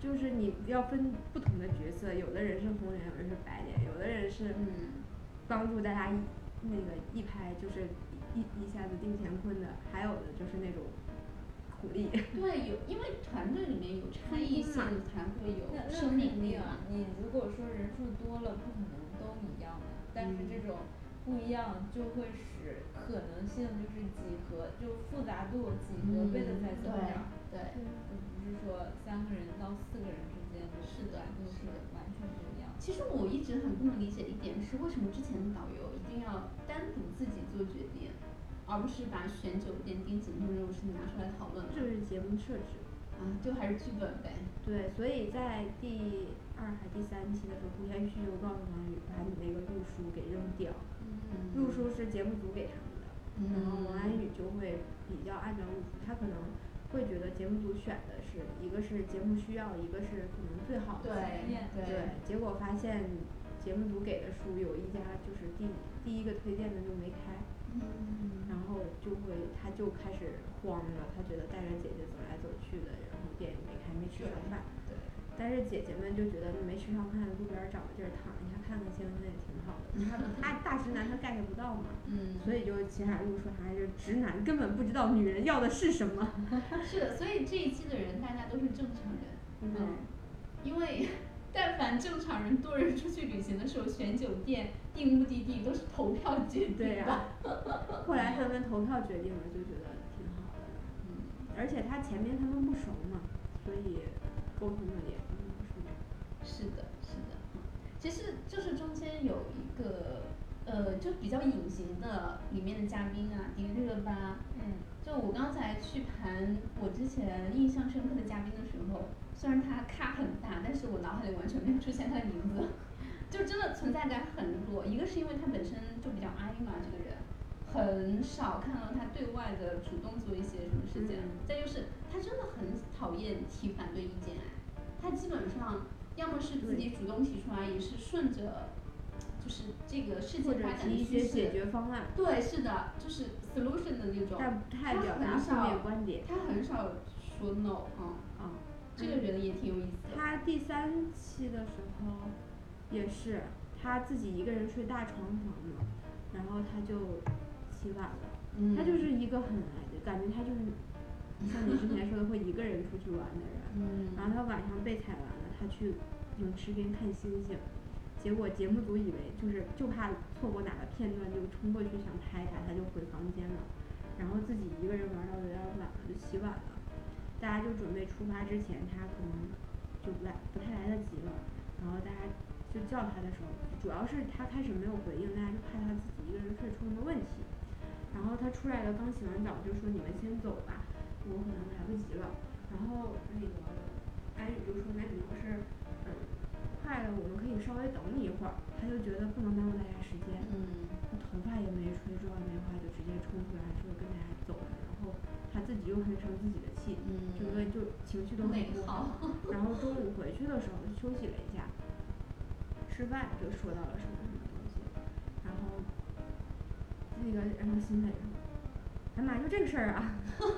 就是你要分不同的角色，有的人是红脸，有的人是白脸，有的人是嗯，帮助大家一那个一拍就是一一下子定乾坤的，还有的就是那种苦力。 (laughs) 对，有因为团队里面有差异性分工嘛，才会那有那生肯命力定嘛啊。，你如果说人数多了，不可能都一样的，但是这种不一样就会使可能性就是几何，就复杂度几何倍的在增长，嗯对对，就不是说三个人到四个人之间就是复的杂度是是的完全不一样的。其实我一直很不能理解的一点是，为什么之前的导游一定要单独自己做决定，而不是把选酒店、订景这种事情拿出来讨论呢？这是节目设置。啊，就还是剧本呗。对，所以在第二还第三期的时候，胡彦旭就告诉王宇把你那个路书给扔掉，嗯路书是节目组给他们的，然后王安宇就会比较按照路书，他可能会觉得节目组选的是一个是节目需要，一个是可能最好的对对对，结果发现节目组给的书有一家就是第第一个推荐的就没开，嗯，然后就会他就开始慌了，他觉得带着姐姐走来走去的，然后店也没开，没吃上饭。对，但是姐姐们就觉得没吃上饭，路边儿找个地儿躺一下看看星星也挺好的。他他大直男他 get 不到嘛，嗯，所以就秦海璐说啥就是直男根本不知道女人要的是什么。嗯是的，所以这一期的人大家都是正常人，嗯因为 (laughs) 但凡正常人多人出去旅行的时候，选酒店、定目的地都是投票决定的。对啊呀、 (laughs) 后来他们投票决定了，就觉得挺好的。嗯，而且他前面他们不熟嘛，所以沟通的也不顺畅。是的，是的，嗯其实就是中间有一个呃，就比较隐形的里面的嘉宾啊，迪丽热巴，嗯，就我刚才去盘我之前印象深刻的嘉宾的时候，虽然他咖很大，但是我脑海里完全没有出现他的名字， (laughs) 就真的存在感很弱。一个是因为他本身就比较 i 嘛，这个人很少看到他对外的主动做一些什么事情，嗯再就是他真的很讨厌提反对意见，哎，他基本上要么是自己主动提出来，也是顺着就是这个事情或者发展提的一趋些解势。决方案，对，是的，就是 solution 的那种。但不太他表达很负少面观点。他很少说 no 啊、啊、这个人也挺有意思的。他第三期的时候也是他自己一个人睡大床房嘛，然后他就起晚了。嗯，他就是一个很矮的，感觉他就是像你之前说的会一个人出去玩的人。嗯，然后他晚上被踩完了，他去泳池边看星星，结果节目组以为就是就怕错过哪个片段，就冲过去想拍他，他就回房间了，然后自己一个人玩到有点晚了，就洗碗了。大家就准备出发之前，他可能就来不太来得及了，然后大家就叫他的时候，主要是他开始没有回应，大家就怕他自己一个人睡出什么问题。然后他出来了，刚洗完澡就说你们先走吧，我可能来不及了。然后那个安宇就说那你要是嗯快了，我们可以稍微等你一会儿。他就觉得不能耽误大家时间，嗯，他头发也没吹，妆也没化，就直接冲出来说跟大家走了。然后他自己又很生自己的气，嗯整个就情绪都很美不好。然后中午回去的时候休息了一下，吃饭就说到了什么什么东西，然后那个然后新磊说：“哎妈，就这个事儿啊，说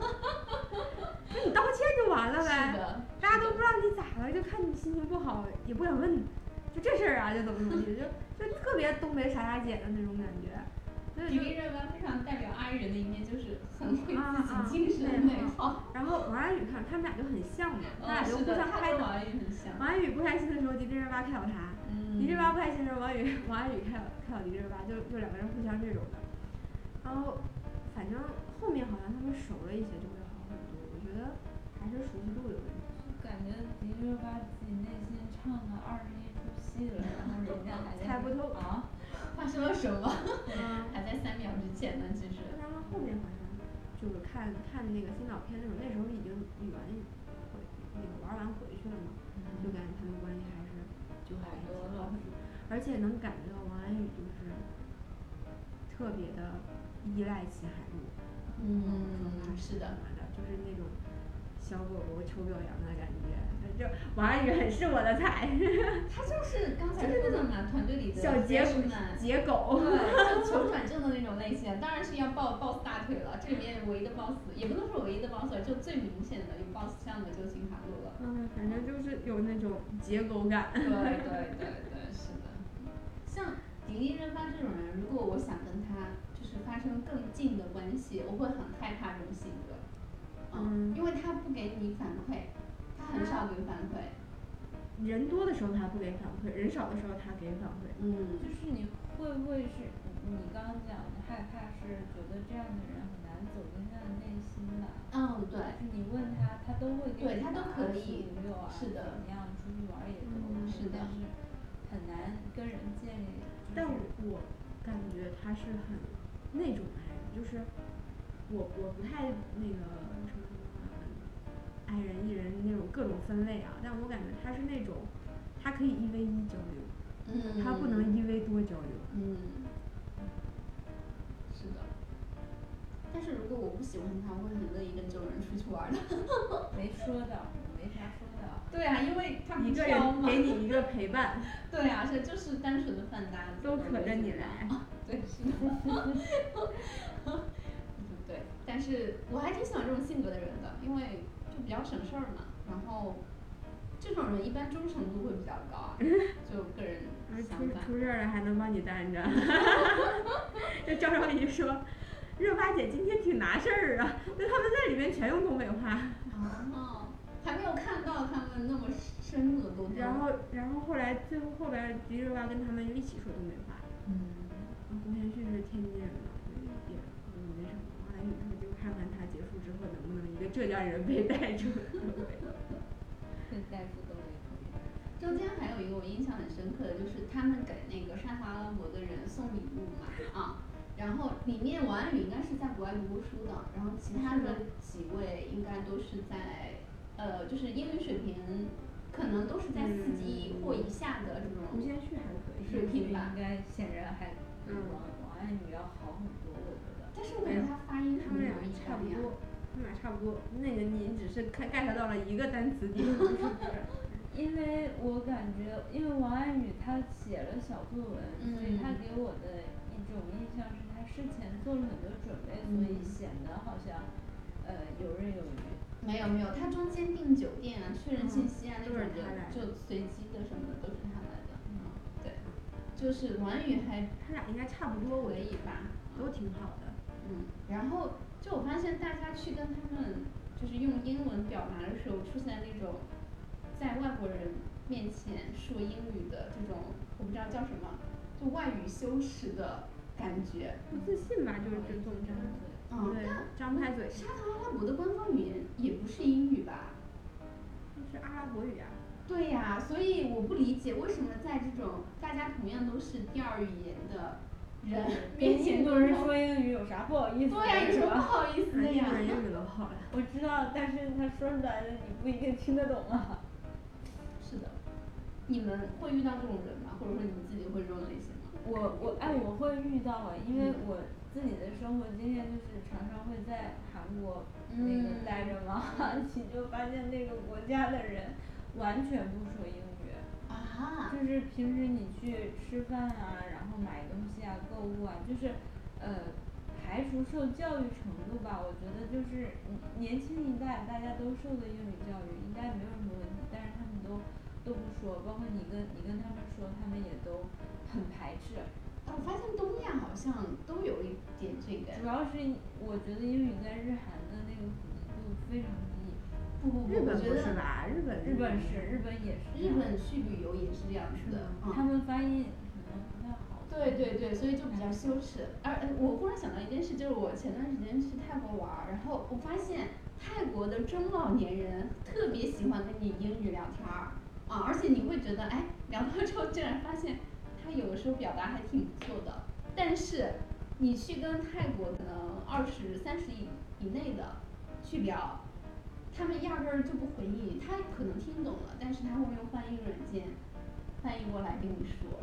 你道歉就完了是呗的，大家都不知道你咋了，就看你心情不好，也不想问，就这事儿啊，就怎么怎么地，就就特别东北傻大姐的那种感觉。”所以就。迪丽热巴非常代表阿人的一面，就是很会啊啊自己精神美好。然后王安宇看他们俩就很像嘛，他啊，俩就是互的，相他开跟导王。安宇很像。王安宇不开心的时候，迪丽热巴开导他；嗯迪丽热巴不开心的时候，王宇王安宇开导开导迪丽热巴，就就两个人互相这种的。然后，反正后面好像他们熟了一些，就会好很多。我觉得还是熟悉度有问题。感觉迪丽热巴自己内心唱了二十一出戏了，然后人家还在猜不透啊，发生了什么？(laughs) 嗯啊还在三秒之前呢，其实。然后后面好像就是看看那个新老片的时候，那时候已经捋完回那个玩完回去了嘛，嗯就感觉他们关系还是就还挺好很多，而且能感觉到王安宇就是特别的依赖齐海璐，嗯，是干的。嘛的，就是那种小狗狗求表扬的感觉，就王安宇很是我的菜，他就是刚才说的嘛，团队里的 (laughs) 小杰是嘛，杰狗，对，就求转正的那种类型，当然是要抱 boss 大腿了。这里面唯一的 boss 也不能说唯一的 boss，就最明显的有 boss 相的就秦海璐了。 (laughs) 嗯，反正就是有那种杰狗感。对对对对，是的。像迪丽热巴这种人，如果我想跟她就是发生更近的关系，我会很害怕这种性格，嗯因为她不给你反馈，她很少给反馈，人多的时候他不给反馈，人少的时候他给反馈。嗯就是你会不会是你刚刚讲的害怕，是觉得这样的人很难走进他的内心吧？嗯，对，就是你问他，他都会给对你他都答可二十以五六啊，是的怎么样出去玩儿也都嗯 OK，、是的但是很难跟人建立。但就是我感觉他是很那种爱人，就是我我不太那个什么什么爱人艺人那种各种分类啊，但我感觉他是那种他可以一 v 一交流，嗯，他不能一 v 多交流。嗯，是的。但是如果我不喜欢他，我会很乐意跟这种人出去玩儿的。没说到，没啥说到。对啊，因为 (laughs) 他不一个挑人嘛。给你一个陪伴，对啊，这就是单纯的饭搭子。都可着你来。 (laughs) 对，是的。 (laughs) 嗯对，但是我还挺喜欢这种性格的人的，因为就比较省事儿嘛。然后这种人一般忠诚度会比较高 (laughs) 啊，就个人而想出法。出事儿了还能帮你担着。 (laughs) 就赵少仪说，热巴姐今天挺拿事儿啊，就他们在里面全用东北话。哦，还没有看到他们那么深入的沟通。 (laughs) 然后，然后后来最后后边儿迪丽热巴跟他们又一起说东北话。嗯。然后胡彦旭是天津人嘛，所以也嗯没什么。王安宇说就看看他结束之后能不能一个浙江人被带出东北。被带出东北口音。中间还有一个我印象很深刻的就是他们给那个沙特阿拉伯的人送礼物嘛啊，然后里面王安宇应该是在国外读过书的，然后其他的几位应该都是在呃就是英语水平可能都是在四嗯级或以下的这胡种彦旭还可以。水平吧应，该显然还比嗯王王安宇要好很多，我觉得。但是我感觉他发音他们俩很容易差不这样多，他们俩差不多。那个你只是看 get 到了一个单词点， (laughs) 因为我感觉，因为王安宇他写了小作文，所以他嗯给我的一种印象是他事前做了很多准备，所以嗯显得好像呃游刃有余。没有没有，他中间订酒店啊、确认信息啊、嗯那种都是他来的就就随机的什么的都是他来的。嗯，对，就是王宇还他俩应该差不多，我可觉得以吧，都挺好的。嗯，然后就我发现大家去跟他们就是用英文表达的时候，出现那种在外国人面前说英语的这种，我不知道叫什么，就外语羞耻的感觉。不自信吧，就是啊这种张嗯，对但，张不开嘴，沙特阿拉伯的官方语言也不是英语吧？就是阿拉伯语啊。对呀、所以我不理解为什么在这种大家同样都是第二语言的人面跟前印都度是人说英语有啥不好意思对呀、有是什么不吧？好意思的呀？人哎英语都好了。我知道，但是他说出来的你不一定听得懂啊。是的，你们会遇到这种人吗？或者说你们自己会这种类型吗？我我哎，我会遇到啊，因为我自己的生活经验就是常常会在韩国那嗯个待着嘛， (laughs) 你就发现那个国家的人完全不说英语，啊，就是平时你去吃饭啊，然后买东西啊、购物啊，就是呃，排除受教育程度吧，我觉得就是嗯年轻一代大家都受的英语教育应该没有什么问题，但是他们都都不说，包括你跟你跟他们说，他们也都很排斥。啊我发现东亚好像都有一点这个。主要是我觉得英语在日韩的那个普及度非常低，不不不，日我本觉不得是吧？日本日本是日本也是这日样，本去旅游也是这样子的。他嗯们发音可能不太好。对对对，所以就比较羞耻。而呃我忽然想到一件事，就是我前段时间去泰国玩儿，然后我发现泰国的中老年人特别喜欢跟你英语聊天儿啊，而且你会觉得，哎，聊到之后竟然发现他有的时候表达还挺不错的，但是你去跟泰国可能二十三十以以内的去聊，他们压根儿就不回应你，他可能听懂了，但是他会用翻译软件翻译过来跟你说。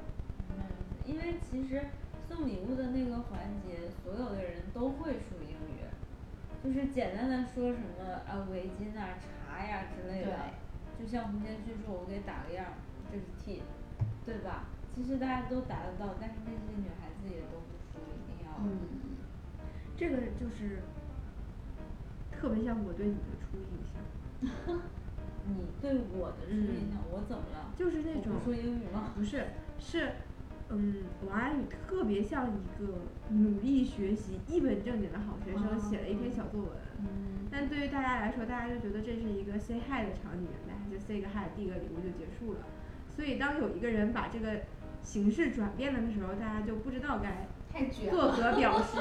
因为其实送礼物的那个环节，所有的人都会说英语，就是简单的说什么啊围巾啊、茶呀之类的。就像红先去说，我给打个样儿，这是 T，对吧？其实大家都达得到，但是那些女孩子也都不说一定要。嗯。这个就是特别像我对你的初印象，你对我的初印象，我怎么了？嗯就是那我种不说英语吗？不是是。嗯，王安宇特别像一个努力学习、一本正经的好学生，写了一篇小作文。哦嗯但对于大家来说，大家就觉得这是一个 say hi 的场景，大家就 say 个 hi，递个礼物就结束了。所以当有一个人把这个形式转变了的时候，大家就不知道该太绝作了。何 (laughs) 表示。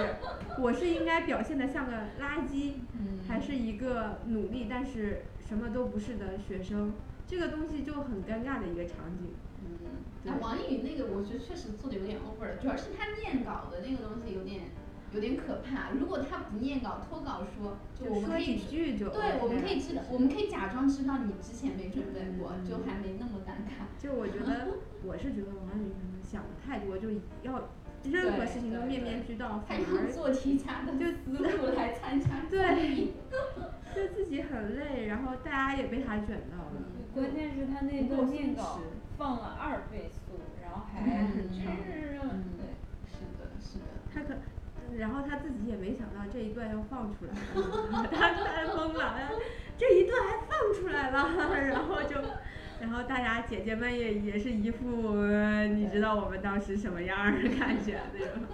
我是应该表现得像个垃圾，嗯还是一个努力但是什么都不是的学生？这个东西就很尴尬的一个场景。嗯，对哎，王一宇那个我觉得确实做的有点 over 了，主要是他念稿的那个东西有点有点可怕。如果他不念稿脱稿说，就我们说可几以句就 OK 对，我们可以了嗯知道，我们可以假装知道你之前没准备过，就还没那么尴尬。就我觉得，我是觉得王安宇可能想的太多，就要任何对事情都对面面对俱到，他反用而做题家的就思 (laughs) 路来参加对，就自己很累，然后大家也被他卷到了。嗯关键是他那不个够念松稿弛放了二倍速，然后还嗯很长。嗯对。是的，是的。他可，然后他自己也没想到这一段要放出来，他太疯了，哎这一段还放出来了，然后就，然后大家姐姐们也也是一副呃你知道我们当时什么样儿的感觉那种。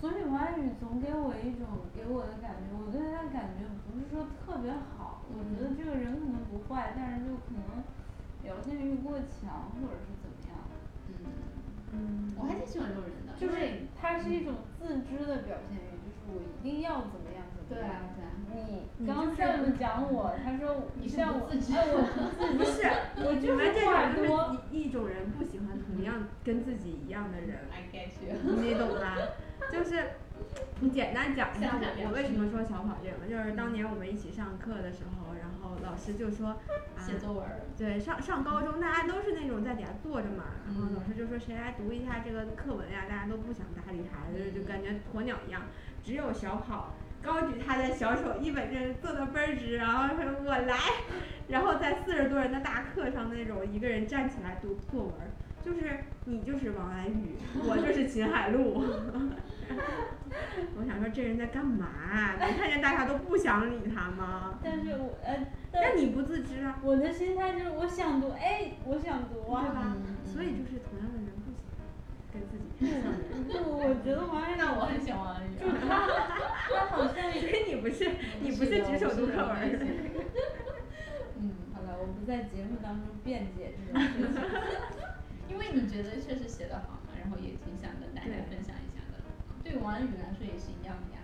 所以王安宇总给我一种给我的感觉，我对他的感觉不是说特别好，我觉嗯得这个人可能不坏，但是就可能表现欲过强，或者是怎么样，嗯，嗯，我还挺喜欢这种人的，就因是为他是一种自知的表现欲，就是我一定要怎么样怎对么样。啊对啊。你你刚就是这么讲我，他说你是像不我，自知哎，我不自知，不是，我你就们这是话多。种就是一一种人不喜欢同样跟自己一样的人。 I get you。你懂 (laughs) 吧？就是你简单讲一下想想我我为什么说小跑这个，就是当年我们一起上课的时候，然后老师就说啊，写作文儿。对，上上高中大家都是那种在底下坐着嘛，然后老师就说谁来读一下这个课文呀、大家都不想搭理他，就是就感觉鸵鸟一样，只有小跑。高举他的小手，一本正坐得倍儿直，然后说我来，然后在四十多人的大课上那种一个人站起来读作文，就是你就是王安宇，我就是秦海璐。 (laughs) 我想说这人在干嘛啊？没看见大家都不想理他吗？但是我 (laughs) 呃，那但你不自知啊，我的心态就是我想读，哎，我想读对吧啊。？所以就是同样的人不行，跟自己不像的人。就我觉得王安宇，那我很喜欢王安宇啊，他好像所以你不是 (laughs) 你不是是的只手读我是课的我文的是。嗯，好了，我不在节目当中辩解这种事情。因为你觉得确实写得好嘛，然后也挺想跟大家分享一下的。对王安宇来说也是一样的呀。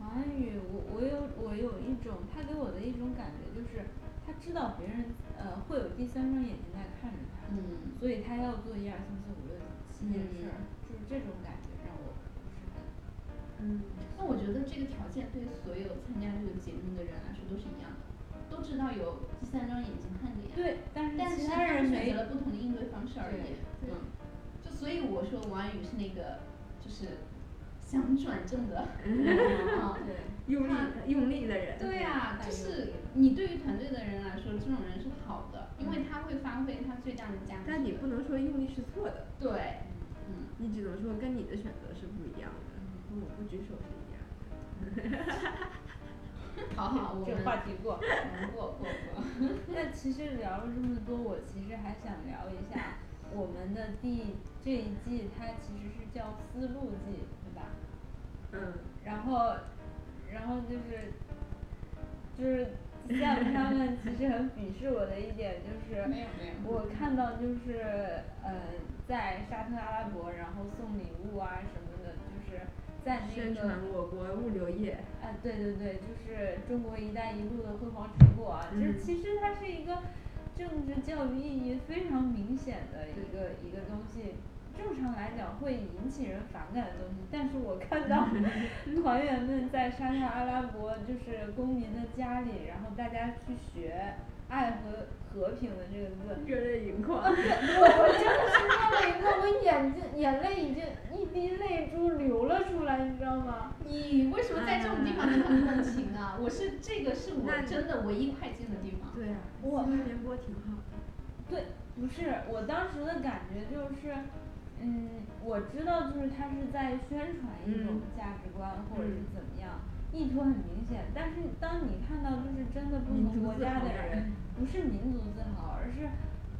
王安宇，我我有我有一种他给我的一种感觉就是，他知道别人呃会有第三双眼睛在看着他，嗯所以他要做一二三四五六七件事儿嗯，就是这种感觉让我不是很。嗯，那我觉得这个条件对所有参加这个节目的人来说都是一样的，都知道有第三张眼睛看着呀。对，但但是是其他他人们选没择了不同的应对方式而已。对嗯，对就所以我说王安宇是那个，就是想转正 (laughs) 的。啊对。用力用力的人。对呀、太就有是意你对于团队的人来说，这种人是好的，因为他会发挥他最大的价值。但你不能说用力是错的，对，嗯。你只能说跟你的选择是不一样的，和我不举手是一样的。嗯好好，我这们话题过。我们过过过。 (laughs) 那其实聊了这么多，我其实还想聊一下我们的第这一季，它其实是叫丝路季，对吧？嗯，然后，然后就是，就是像他们其实很鄙视我的一点就是，没有没有我看到就是呃，在沙特阿拉伯，然后送礼物啊什么的，就是在那宣个传我国物流业。啊，对对对，就是中国“一带一路”的辉煌成果啊，就是嗯其实它是一个政治教育意义非常明显的一个一个东西。正常来讲会引起人反感的东西，但是我看到团员们在沙特阿拉伯就是公民的家里，然后大家去学“爱和和平”的这个字，热泪盈眶。 (laughs) 我我真的是看了一个，我眼睛眼泪已经一滴泪珠流了出来，你知道吗？你为什么在这种地方能很共情啊？我是这个是我真的唯一快进的地方。 (laughs) 对啊，新我闻联播挺好的。对，不是，我当时的感觉就是，嗯，我知道就是他是在宣传一种嗯价值观、或者嗯是怎么样，意图很明显。但是当你看到就是真的不民同族国自家豪的的人人，不是民族自豪，而是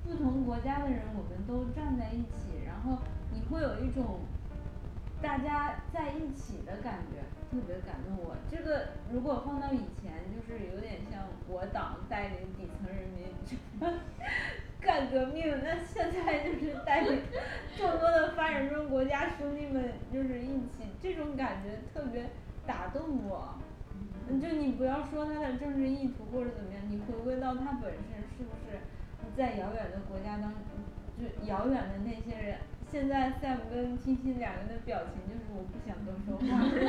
不同国家的人，我们都站在一起，然后你会有一种大家在一起的感觉，特别感动我。这个如果放到以前，就是有点像我党带领底层人民干革命，那现在就是带领众多的发展中国家兄弟们就是一起，这种感觉特别打动我。嗯就你不要说他的政治意图或者怎么样，你回归到他本身是不是在遥远的国家当中，就遥远的那些人。现在 Sam 跟 T T 两个人的表情就是我不想多说话， (laughs) 没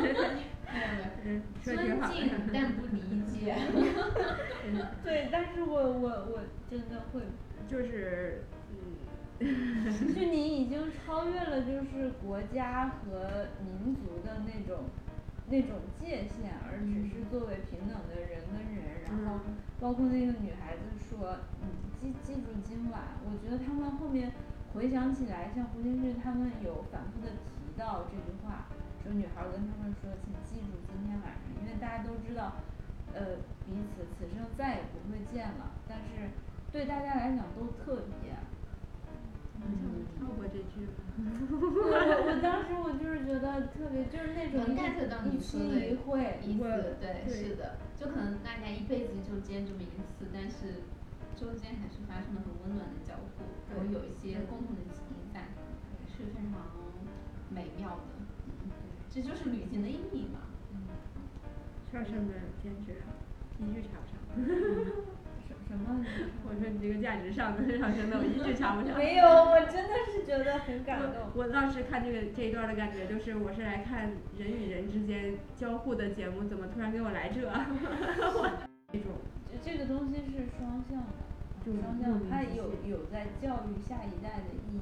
有没有，嗯，说得挺哎尊好的。敬但不理 (laughs) 解。对，但是我我我真的会，就是，嗯，就你已经超越了就是国家和民族的那种那种界限，而只是作为平等的人跟人，然后嗯包括那个女孩子说，你记记住今晚，我觉得他们后面回想起来，像胡金铨他们有反复的提到这句话，说女孩儿跟他们说，请记住今天晚上，因为大家都知道，呃，彼此此生再也不会见了，但是对大家来讲都特别。好像我跳过这句吧。 (laughs) 我我我当时我就是觉得特别就是那种能 get 到你一说的期一会，意思，对对，是的，就可能大家一辈子就见这么一次，但是中间还是发生了很温暖的交互，然后有一些共同的情感，是非常美妙的。嗯，这就是旅行的意义嘛。上上面兼职，啊一句插不上。什什么？我说你这个价值上的上升的，我一句插不上。没有，我真的是觉得很感动。我当时看这个这一段的感觉就是，我是来看人与人之间交互的节目，怎么突然给我来这？那种这这个东西是双向的，就是双莫向，名它其有妙有在教育下一代的意义，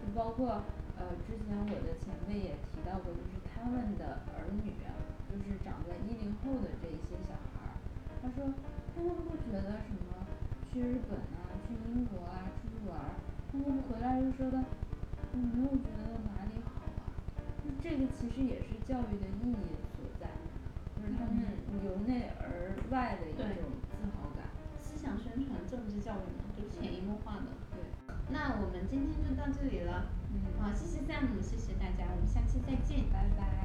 就包括呃，之前我的前辈也提到过，就是他们的儿女啊，就是长在一零后的这一些小孩儿，他说他们不觉得什么去日本啊、去英国啊出去玩儿，他姑姑回来就说的，我没有觉得哪里好啊，就这个其实也是教育的意义所在，就是他们由内而外的一对种自豪感。思想宣传、政治教育嘛，就潜移默化的。对，那我们今天就到这里了，嗯，好，谢谢 Sam，谢谢大家，我们下期再见，拜拜。